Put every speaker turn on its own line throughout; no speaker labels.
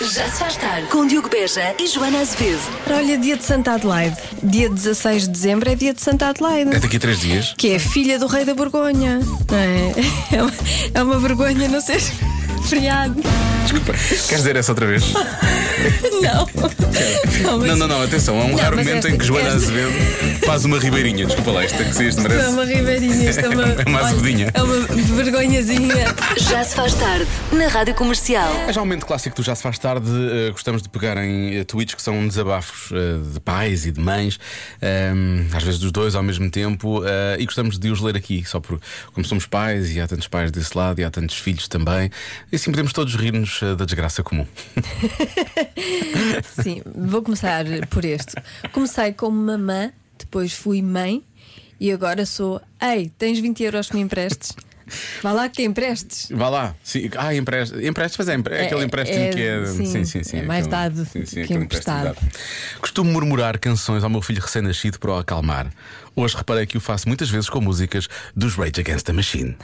Já se faz tarde com Diogo Beja e Joana Azevedo.
Olha, dia de Santa Adelaide. Dia 16 de dezembro é dia de Santa
É
Adelaide.
daqui a três dias.
Que é filha do rei da Borgonha. não É, é, uma, é uma vergonha não ser feriado.
Desculpa. Queres dizer essa outra vez?
Não. Não, mas
Não, não, não, atenção. Há um raro
mas
momento
esta-
em que Joana
esta-
Azevedo faz uma ribeirinha. Desculpa lá, isto é que se isto
isto é
merece.
uma ribeirinha, isto é uma.
É uma
olha,
azedinha.
É uma vergonhazinha.
Já se faz tarde na Rádio Comercial.
É já um momento clássico do Já Se Faz Tarde. eh, gostamos de pegar em eh, tweets que são desabafos eh, de pais e de mães, ehm, às vezes dos dois ao mesmo tempo, eh, e gostamos de os ler aqui, só por como somos pais e há tantos pais desse lado e há tantos filhos também, e assim podemos todos rir-nos eh, da desgraça comum.
Sim, vou começar por este. Comecei como mamã, depois fui mãe e agora sou. Ei, tens 20 euros que me emprestes? Vá lá que emprestes.
Vá lá. Sim. Ah, empréstimos. Empréstimos, mas é, empre- é aquele
É,
empréstimo
é,
que é.
sim, é mais dado que
aquele
emprestado.
empréstimo dado. Costumo murmurar canções ao meu filho recém-nascido para o acalmar. Hoje reparei que o faço muitas vezes com músicas dos Rage Against the Machine.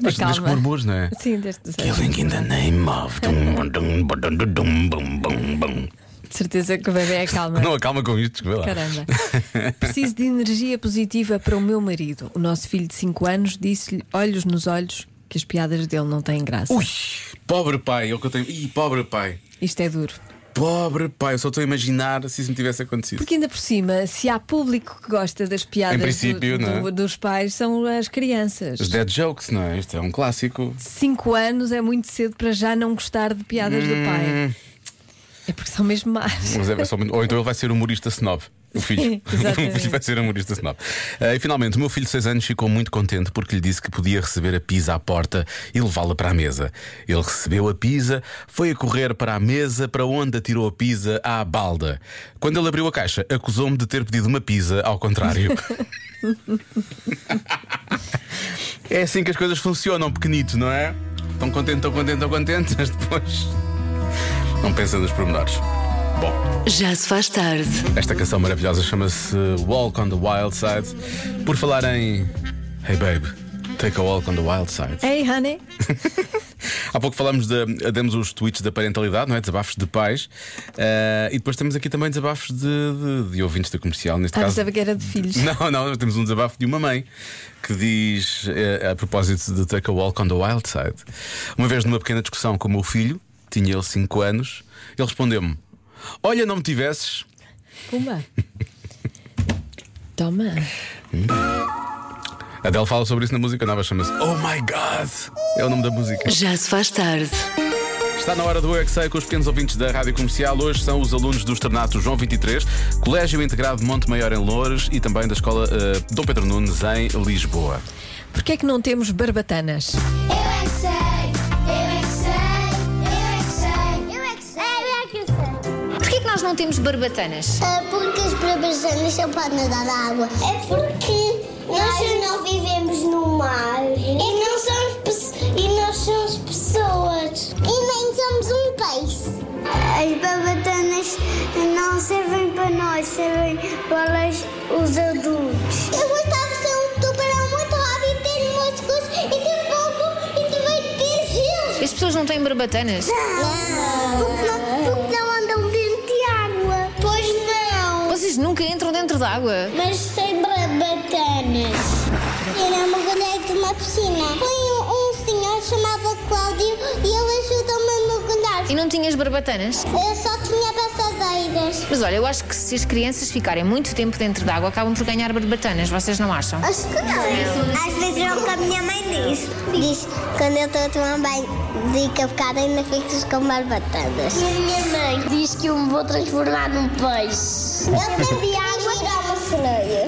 Mas
Acalma.
desde que murmures, não é?
Sim, desde
Killing in the name of. Dum, bum, dum, bum, dum, dum, bum, bum, bum.
De certeza que o bebê é calma.
Não acalma com isto, desculpa lá.
Caramba. Preciso de energia positiva para o meu marido. O nosso filho de 5 anos disse-lhe, olhos nos olhos, que as piadas dele não têm graça.
Ui, pobre pai, é o que eu tenho. Ih, pobre pai.
Isto é duro.
Pobre pai, eu só estou a imaginar se isso me tivesse acontecido.
Porque ainda por cima, se há público que gosta das piadas
Em princípio,
do-
não é?
do- dos pais, são as crianças.
Os dead jokes, não é? Isto é um clássico.
5 anos é muito cedo para já não gostar de piadas do
Hum.
pai. É porque são mesmo más.
Mas é só muito- Ou então ele vai ser humorista snob. O filho.
Sim, exatamente.
o filho vai ser humorista snob. Ah, e finalmente, o meu filho de 6 anos ficou muito contente porque lhe disse que podia receber a pizza à porta e levá-la para a mesa. Ele recebeu a pizza, foi a correr para a mesa, para onde atirou a pizza à balda. Quando ele abriu a caixa, acusou-me de ter pedido uma pizza ao contrário. é assim que as coisas funcionam, pequenito, não é? Tão contente, tão contente, tão contente, mas depois. Não pensa nos pormenores. Bom.
Já se faz tarde.
Esta canção maravilhosa chama-se Walk on the Wild Side. Por falar em Hey Babe, take a walk on the wild side.
Hey, honey. Ah,
Há pouco falámos de. demos os tweets da parentalidade, não é? Desabafos de pais. Eh, e depois temos aqui também desabafos de, de- de ouvintes da comercial, neste
Ah,
caso.
pensava que era de filhos.
Não, não, temos um desabafo de uma mãe que diz, eh, a propósito de Take a Walk on the Wild Side, uma vez numa pequena discussão com o meu filho, tinha ele 5 anos, ele respondeu-me: Olha, não me tivesses.
Puma. Toma.
A Adele fala sobre isso na música nova, chama-se Oh My God! É o nome da música.
Já se faz tarde.
Está na hora do Eu É Que Sei com os pequenos ouvintes da Rádio Comercial. Hoje são os alunos do Externato João 23, Colégio Integrado Monte Maior em Loures e também da Escola eh, Dom Pedro Nunes em Lisboa.
Porquê é que não temos barbatanas?
Eu é que sei, eu é que sei, eu é que sei, eu é que sei, eu é que sei. É
Porquê que nós não temos barbatanas?
porque as barbatanas só podem nadar na água. É porque nós, não vivemos no mar. E não somos, pe- e nós somos pessoas. E nem somos um peixe. As barbatanas não servem para nós, servem para os adultos. Eu gostava de ser um tubarão muito rápido, ter músculos e ter fogo e também ter gelo.
As pessoas não têm barbatanas?
Porque não, porque não andam dentro de água. Pois não.
Vocês nunca entram dentro d'água?
Mas sem barbatanas. Eu não me gordei de uma piscina. Foi um, um senhor chamava Cláudio e ele ajudou-me a me guardar.
E não tinhas barbatanas?
Eu só tinha passadeiras.
Mas olha, eu acho que se as crianças ficarem muito tempo dentro d'água, acabam por ganhar barbatanas, vocês não acham?
Acho que não. Às vezes é o que a minha mãe diz. Diz, quando eu estou a tomar banho de cavocada ainda ficas com barbatanas. E a minha mãe diz que eu me vou transformar num peixe. Eu bebi água e uma sereia.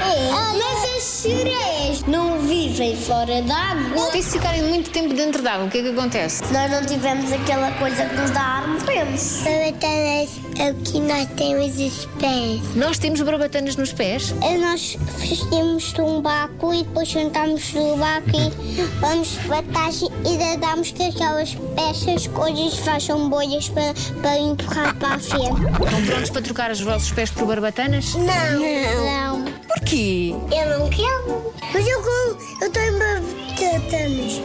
É. mas as sereias não vivem fora d'água.
E se ficarem muito tempo dentro d'água, o que é que acontece?
Nós não tivemos aquela coisa que nos dá ar, morremos. Barbatanas Então, é o que nós temos os pés.
Nós temos barbatanas nos pés?
Eh, Nós vestimos um baco e depois juntamos no baco e vamos para trás e dadamos que aquelas peças coisas façam bolhas para, para empurrar para a frente.
Estão prontos para trocar os vossos pés por barbatanas?
Não. Não.
Porquê?
Eu não quero. Mas eu como eu tenho batatas.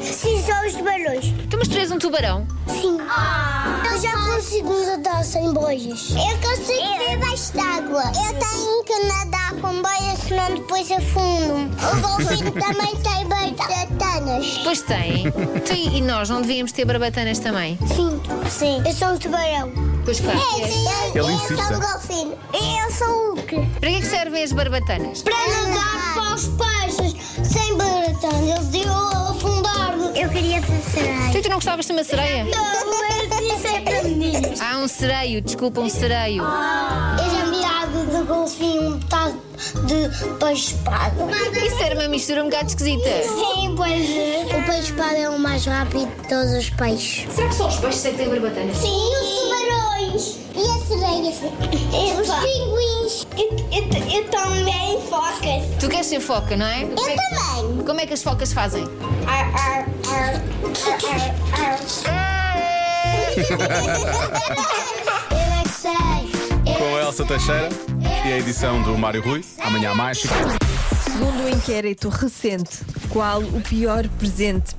Sim, só os balões.
Então, Tu, mas tu és um tubarão.
Sim. Eu já fui nadar sem boias. Eu consigo ver baixo d'água. Eu tenho que nadar com boias, senão depois afundo. O golfinho também tem barbatanas.
Pois tem. Tu e e nós não devíamos ter barbatanas também?
Sim, sim. Eu sou um tubarão. É,
Pois claro. é.
Eu,
Ele
sou
insiste.
um golfinho. Eu sou o quê?
Para que é que servem as barbatanas?
Para nadar para os peixes sem barbatanas, eles iam afundar. Eu queria ser
Tu,
sereia.
tu não gostavas de uma sereia?
Não, Então, mas isso é para meninos.
Ah, um sereio, desculpa, um sereio.
Eu já vi água de golfinho, metade de peixe-espada.
Isso era uma mistura um bocado esquisita.
Sim, pois é. O peixe-espada é o mais rápido de todos os peixes.
Será que só os peixes é que têm barbatanas?
Sim, e os tubarões. E as sereias. Os pinguins. Eu, também focas.
Tu queres ser foca, não é? Como é, que,
também.
como é que as focas fazem?
Ar, ar, ar, ar, ar. Eu é que sei. eu
Com a
é que
Elsa
sei.
Teixeira e a edição do Mário Rui. Amanhã há mais.
Segundo um inquérito recente, qual o pior presente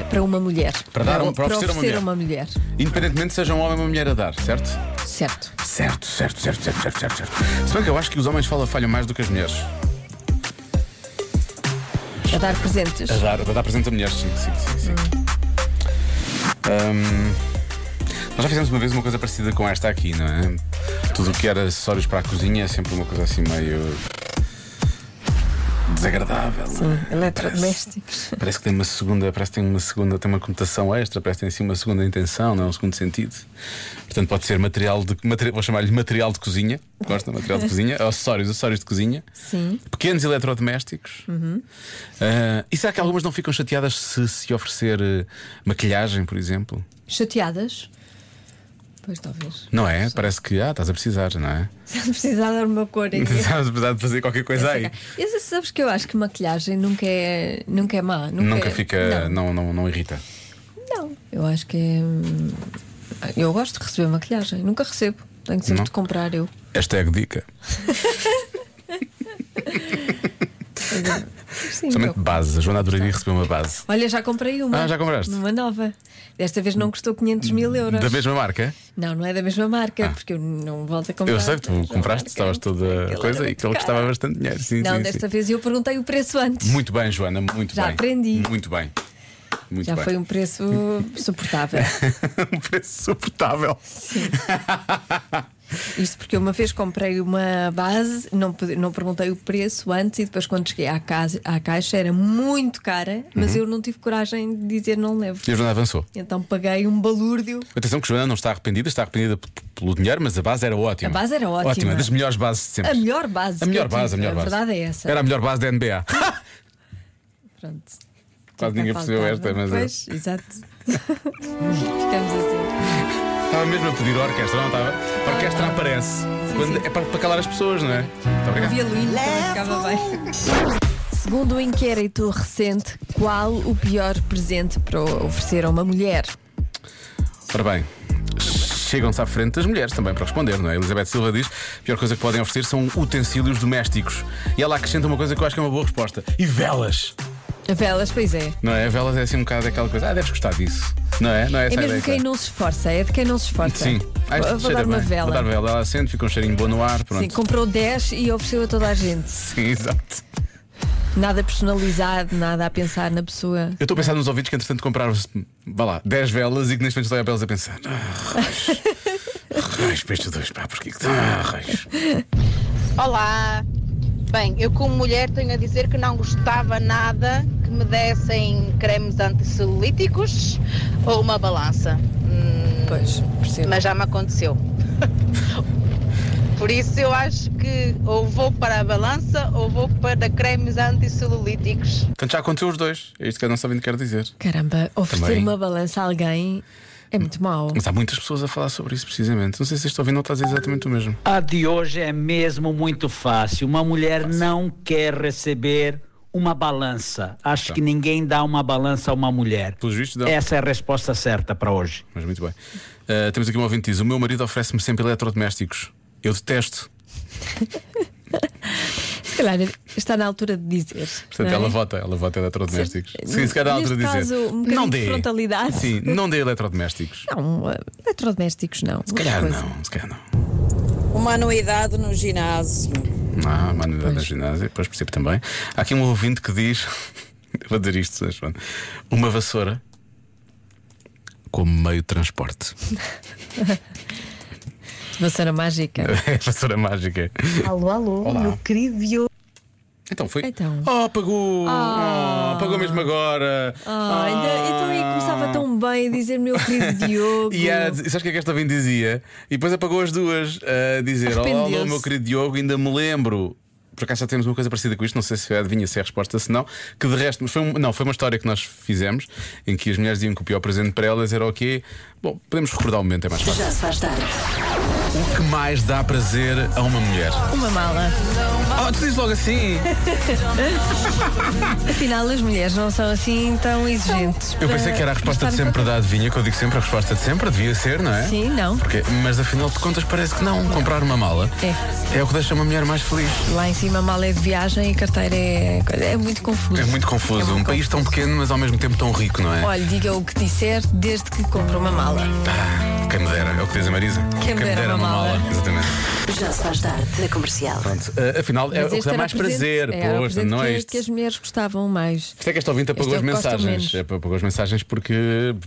eh, para uma mulher?
Para dar um- para oferecer a uma
oferecer a
mulher.
uma mulher.
Independentemente se seja um homem ou uma mulher a dar, certo?
Certo.
Certo, certo, certo, certo, certo, certo, certo. Se bem que eu acho que os homens falam falham mais do que as mulheres.
A dar presentes.
A dar, a dar presente a mulheres, sim, sim, sim. sim. Hum, nós já fizemos uma vez uma coisa parecida com esta aqui, não é? Tudo o que era acessórios para a cozinha é sempre uma coisa assim meio. desagradável. não é?
Eletrodomésticos.
Parece que tem uma segunda, parece que tem uma segunda, tem uma conotação extra, parece que tem assim uma segunda intenção, não é? um segundo sentido. Portanto, pode ser material de material, vou chamar-lhe material de cozinha, gosta de material de cozinha, acessórios, acessórios de cozinha,
Sim. Uhum.
pequenos eletrodomésticos. Ah, e será que algumas não ficam chateadas se se oferecer eh, maquilhagem, por exemplo?
Chateadas? Pois talvez.
Não é? Parece que ah, estás a precisar, não é?
Se precisar dar uma cor aqui.
Estás a precisar de fazer qualquer coisa aí.
Esse, sabes que eu acho que maquilhagem nunca é, nunca é má. Nunca,
Nunca
é-
fica, não, não, não irrita.
Não, não. Eu acho que é. hum, Eu gosto de receber maquilhagem. Nunca recebo. Tenho sempre
Não.
de comprar eu.
Hashtag é dica.
Sim, Tá.
Somente
eu-
base. A Joana Adoraria recebeu uma base.
Olha, já comprei uma.
Ah, já compraste?
Uma nova. Desta vez não custou 500 mil euros.
Da mesma marca?
Não, não é da mesma marca, porque eu não volto a comprar.
Eu sei que
da
tu
mesma
compraste,
marca.
estavas toda a
Aquilo
coisa
era
e
muito
aquilo
caro.
custava bastante dinheiro. Sim,
Não,
sim,
desta
sim.
vez eu perguntei o preço antes.
Muito bem, Joana, muito
Já
bem.
aprendi.
Muito bem. Muito
Já
bem.
foi um preço suportável.
um preço suportável.
Isto porque eu uma vez comprei uma base, não, pe- não perguntei o preço antes e depois quando cheguei à, casa, à caixa era muito cara, mas
Uhum.
eu não tive coragem de dizer não levo.
E a Joana avançou.
Então paguei um balúrdio.
Atenção que Joana não está arrependida, está arrependida p- p- pelo dinheiro, mas a base era ótima.
A base era ótima.
Ótima, das melhores bases de sempre.
A melhor base.
A
que
melhor
eu
base, a
tive,
melhor base.
verdade é essa.
Era a melhor base da NBA.
Pronto.
Quase
Já
ninguém percebeu
faltava.
esta, mas
é?
é.
Pois, exato. Ficamos assim.
eu- estava mesmo a pedir a orquestra, não estava? A orquestra
Ah.
aparece. Quando- É para, para calar as pessoas, não é? Muito obrigado.
Havia Luína, também ficava bem. um. Segundo um inquérito recente, qual o pior presente para oferecer a uma mulher?
Ora bem, chegam-se à frente das mulheres também para responder, não é? Elizabeth Silva diz: a pior coisa que podem oferecer são utensílios domésticos. E ela acrescenta uma coisa que eu acho que é uma boa resposta: e velas.
Velas, pois é.
Não é? Velas é assim um bocado aquela coisa: ah, deves gostar disso. Não é? Não é
É
essa a
mesmo
ideia,
quem não se esforça, é de quem não se esforça.
Sim. Ah, isto
vou, vou
cheira
dar uma
bem.
vela.
Vou dar vela. Ela acende, fica um cheirinho bom no ar. Pronto.
Sim, comprou 10 e ofereceu a toda a gente.
Sim, exato.
Nada personalizado, nada a pensar na pessoa.
Eu estou a pensar nos ouvintes que, entretanto, compraram, vá lá, 10 velas e que neste momento estou a velas a pensar. Ah, raios. Raios, para estes dois, pá, porquê que. Ah, raios.
Olá! Bem, eu como mulher tenho a dizer que não gostava nada que me dessem cremes anticelulíticos ou uma balança. Hum,
Pois, percebo.
mas já me aconteceu. Por isso eu acho que ou vou para a balança ou vou para cremes anticelulíticos.
Portanto, já aconteceu os dois. É isto que eu não sabia que quero dizer.
Caramba, oferecer
Também.
uma balança a alguém é muito mau.
Mas há muitas pessoas a falar sobre isso precisamente. Não sei se este ouvindo não está a dizer exatamente o mesmo.
A de hoje é mesmo muito fácil. Uma mulher não quer receber uma balança. Acho que ninguém dá uma balança a uma mulher.
Tá. Pelos vistos, dá.
Essa é a resposta certa para hoje.
Mas muito bem. Ah, temos aqui um ouvinte que diz: O meu marido oferece-me sempre eletrodomésticos. Eu detesto.
Se calhar está na altura de dizer.
Portanto,
não é?
ela vota, ela vota eletrodomésticos.
Sim.
Se, se calhar há
Neste
altura de dizer.
caso, um bocadinho
não
de
dê.
frontalidade.
Sim, não dê eletrodomésticos.
Não, eh, eletrodomésticos não.
Se calhar não, se calhar não.
Uma anuidade no ginásio.
Ah, manuidade da ginásio, depois percebo também. Há aqui um ouvinte que diz: vou dizer isto, Sr. Joana. Uma vassoura como meio de transporte.
Vassoura mágica.
É a vassoura mágica.
Alô, alô,
Olá.
meu querido Diogo.
Então foi.
Então.
Oh, apagou! Oh, apagou mesmo agora!
Ah, ainda- então aí começava tão bem a dizer meu querido Diogo.
E era, sabes o que é que esta vem dizia? E depois apagou as duas a dizer: Olá,
Arrependeu-se.
alô, meu querido Diogo, ainda me lembro. Por acaso já temos uma coisa parecida com isto, não sei se adivinha se é a resposta, se não, que de resto, mas foi um- não, foi uma história que nós fizemos em que as mulheres diziam que o pior presente para elas era o quê? Bom, podemos recordar o momento, é mais fácil.
Já se faz tarde.
O que mais dá prazer a uma mulher?
Uma mala.
Oh, tu dizes logo assim!
Afinal, as mulheres não são assim tão exigentes.
Eu
para-
pensei que era a resposta de
para estar
sempre
no
da adivinha, que eu digo sempre a resposta de sempre, devia ser, não é?
Sim, não.
Porque- mas afinal de contas parece que não. Comprar uma mala
É.
o que deixa uma mulher mais feliz.
Lá em cima a mala é de viagem e a carteira é. coisa- É muito confuso.
É muito confuso. um país tão pequeno, mas ao mesmo tempo tão rico, não é?
Olha, diga o que disser desde que compre uma mala.
Ah, quem me dera, é o que diz a Marisa.
Quem me dera uma mala.
Exatamente.
Já se faz tarde na comercial.
Pronto, ah, afinal, é
Mas
o que
este
dá
era
mais
o presente-
prazer.
era o
Pois,
presente
não
que,
é
as- que as
isto.
mulheres gostavam mais.
Isto é que esta ouvinte
Este
apagou
é
as
o que gosta
mensagens.
menos.
É, Apagou as mensagens porque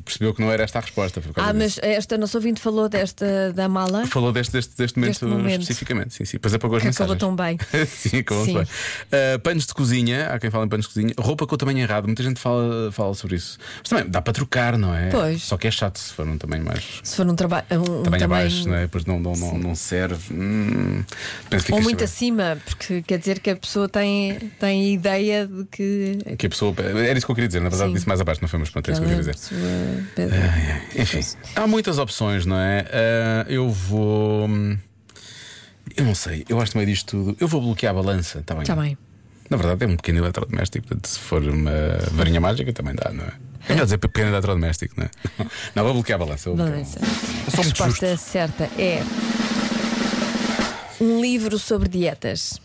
percebeu que não era esta a resposta. Foi por causa
Ah,
disso.
mas esta nosso ouvinte falou desta da mala.
Falou deste, deste, deste,
Deste
momento,
momento.
especificamente, sim, sim. Depois apagou as
Que
mensagens.
acabou tão bem.
sim, acabou
Sim.
bem. Ah, panos de cozinha, há quem fala em panos de cozinha. Roupa com o tamanho errado, muita gente fala, fala sobre isso. Mas também dá para trocar, não é?
Pois.
Só que é chato se for um tamanho mais.
Se for um, traba um, um
Tamanho
tamanho
abaixo, não é? Pois não, não, não, não serve. Hum, Depois
Ou
ficas
muito
a saber
acima, porque quer dizer que a pessoa tem, tem ideia de que
Que a pessoa. Era isso que eu queria dizer, na verdade
Sim.
disse mais abaixo, não foi mas pronto, é isso que eu
aquela
queria dizer.
pessoa é pede.
Enfim, há muitas opções, não é? Ah, eu vou. hum, Eu não sei, eu acho que no meio disto tudo. Eu vou bloquear a balança, está bem?
Está bem.
Na verdade é um pequeno eletrodoméstico, portanto, se for uma varinha mágica também dá, não é? É melhor dizer pequeno eletrodoméstico, não é? Não, vou bloquear a balança. vou bloquear a
Balança.
balança. é Eu
A
sou muito
resposta
justo.
certa é um livro sobre dietas.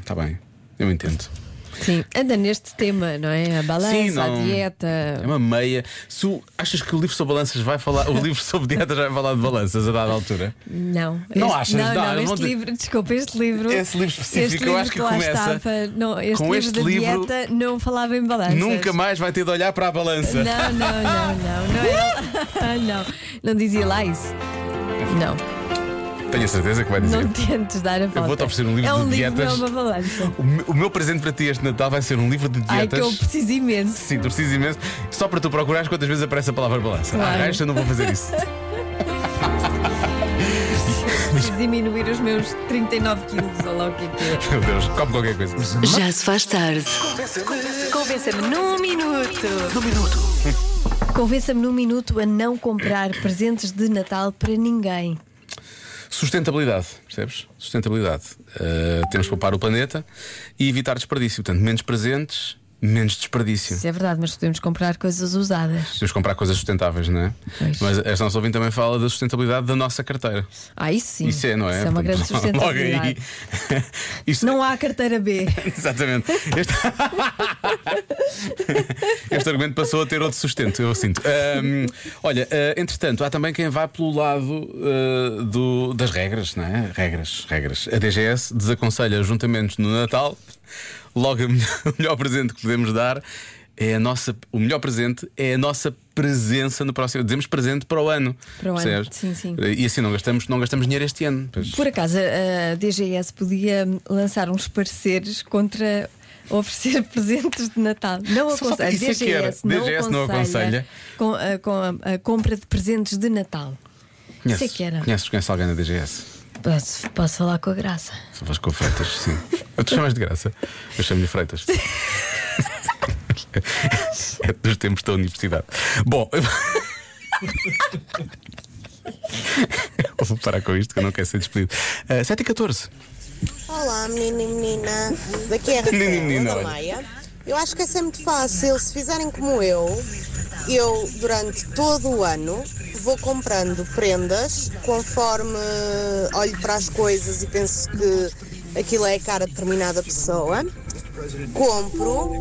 Está tá bem, eu entendo.
Sim, anda neste tema, não é? A
Sim,
balança,
não-
a dieta.
É uma meia. Se o- achas que o livro sobre balanças vai falar, o livro sobre dietas vai falar de balanças a dada altura?
Não,
Não
este,
achas?
Não,
Não,
não,
eu vou
este
dizer-
livro, desculpa, este livro.
Esse livro específico,
este
eu
livro
acho que
lá
começa
estava, não, este
com
livro
este
da
livro-
dieta não falava em balanças.
Nunca mais vai ter de olhar para a balança.
Não, não, não, não, não era. não, não dizia lá isso.
Ah.
Não,
Tenho a certeza que vai dizer.
não tentes dar a volta.
vou-te oferecer um livro
é um
de
livro,
dietas.
Não é uma balança.
O me- O meu presente para ti este Natal vai ser um livro de dietas.
Ai, que eu preciso imenso.
Sim, tu precisas imenso. Só para tu procurares quantas vezes aparece a palavra balança.
Claro.
Ah, eu não vou fazer isso.
Preciso diminuir os meus 39 quilos, ou lá o que é que é.
Meu Deus, come qualquer coisa.
Já se faz tarde.
Convença-me num minuto. Num minuto. Convença-me num minuto a não comprar presentes de Natal para ninguém.
Sustentabilidade, percebes? Sustentabilidade. Uh, temos que poupar o planeta e evitar desperdício. Portanto, menos presentes, menos desperdício.
Isso é verdade, mas podemos comprar coisas usadas.
Temos que comprar coisas sustentáveis, não é?
Pois.
Mas esta nossa ouvinte também fala da sustentabilidade da nossa carteira.
Ah, isso sim.
Isso é, não é?
Isso é uma grande
Portanto,
sustentabilidade.
Logo aí. Isto-
Não há carteira B.
Exatamente. Este... Este argumento passou a ter outro sustento, eu sinto. Ahm, olha, ah, entretanto, há também quem vai pelo lado ah, do- das regras, não é? Regras, regras. A DGS desaconselha juntamentos no Natal. Logo, a melhor- o melhor presente que podemos dar é a nossa. O melhor presente é a nossa presença no próximo. Dizemos presente para o ano.
Para o ano,
percebes?
sim, sim.
E assim não gastamos, não gastamos dinheiro este ano. Pois.
Por acaso, a a DGS podia hum, lançar uns pareceres contra oferecer presentes de Natal. Não
Só falta-
aconselho. A
isso é que era.
DGS, não,
DGS não aconselha.
Com, a, com a- a compra de presentes de Natal. Isso é que era.
Conheces, conheces alguém da DGS?
Posso, posso falar com a graça.
São Vasco Freitas, sim. Eu te chamas de graça. Eu chamo-lhe Freitas. É dos tempos da universidade. Bom. eu Vou parar com isto que eu não quero ser despedido. Ah, 7 e 14.
Olá, menino e menina. Daqui é a Raquel,
Menino e menina,
da
olha.
Maia. Eu acho que essa é muito fácil. Se fizerem como eu, eu durante todo o ano vou comprando prendas conforme olho para as coisas e penso que aquilo é a cara de determinada pessoa, compro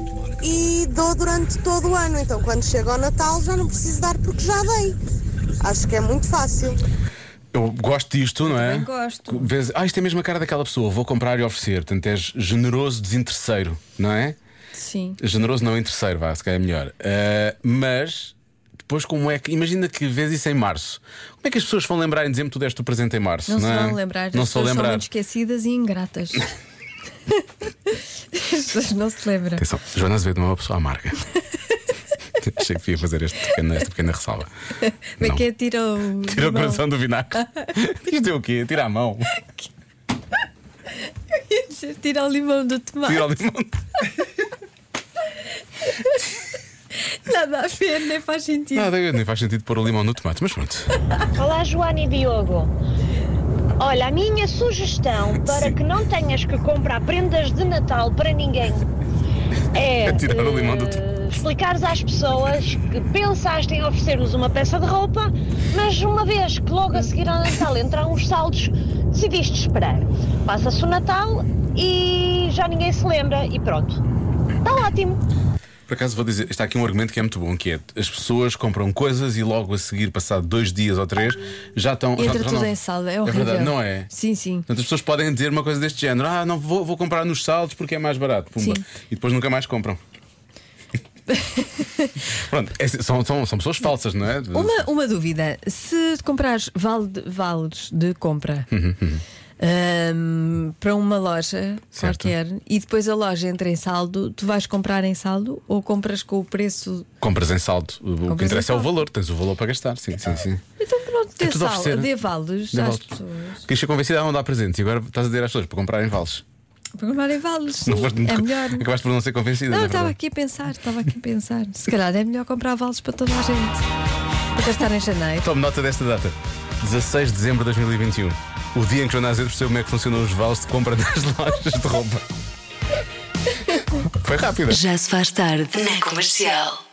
e dou durante todo o ano. Então quando chega ao Natal já não preciso dar porque já dei. Acho que é muito fácil.
Eu gosto disto, não é?
também gosto.
Vês- ah, isto é mesmo a cara daquela pessoa, vou comprar e oferecer. Portanto, és generoso, desinteresseiro, não é?
Sim.
Generoso não interesseiro, vá, se calhar é melhor. Ah, mas depois, como é que. Imagina que vês isso em março. Como é que as pessoas vão lembrar em dezembro que tu deste o presente em março?
Não, se
é?
vão lembrar. As
Não se vão
pessoas são
lembrar.
muito esquecidas e ingratas. As pessoas não se lembram.
Atenção, Joana Azevedo não é uma pessoa amarga. Achei que ia fazer este pequeno- esta pequena ressalva.
Como é
Não.
que é? Tira o.
Tira o
limão.
coração do vinagre. Isto é o quê? Tira a mão.
Tira o limão do tomate.
Tira o limão.
Nada a ver, nem faz sentido.
Nada, nem faz sentido pôr o limão no tomate, mas pronto.
Olá, Joana e Diogo. Olha, a minha sugestão para
Sim.
que não tenhas que comprar prendas de Natal para ninguém é,
É tirar o limão do
eh,
tomate.
explicares às pessoas que pensaste em oferecer-nos uma peça de roupa, mas uma vez que logo a seguir ao Natal entraram os saldos, decidiste esperar. Passa-se o Natal e já ninguém se lembra e pronto. Está ótimo.
Por acaso vou dizer, está aqui um argumento que é muito bom, que é as pessoas compram coisas e logo a seguir, passado dois dias ou três, já estão. já-
Entra
já
tudo
não-
em saldo, é horrível.
verdade, não é?
Sim, sim.
Portanto, as pessoas podem dizer uma coisa deste género: ah, não vou, vou comprar nos saldos porque é mais barato, pumba.
Sim.
E depois nunca mais compram. Pronto, é- são, são, são pessoas falsas, não é?
Uma, uma dúvida: se comprares vale de- vales de compra
Uhum,
ahm, para uma loja
Certo.
qualquer e depois a loja entra em saldo, tu vais comprar em saldo ou compras com o preço?
Compras em saldo. O que
Compras em
interessa é o
saldo.
valor, tens o valor para gastar. Sim, sim, sim.
Então pronto, dê,
É tudo a
sal-
oferecer.
dê vales
Dê
às
vales.
pessoas.
Quis ser convencida a não dar presentes e agora estás a dizer às pessoas para comprarem vales.
Para comprarem vales, sim,
Não foste muito-
é melhor.
Acabaste por não ser convencida.
Não,
na
estava
verdade.
aqui a pensar, estava aqui a pensar. Se calhar é melhor comprar vales para toda a gente. Para gastar em janeiro.
Tome nota desta data: 16 de dezembro de 2021. O dia em que Joana Azevedo percebeu como é que funcionam os vales de compra nas lojas de roupa. Foi rápida.
Já se faz tarde na comercial.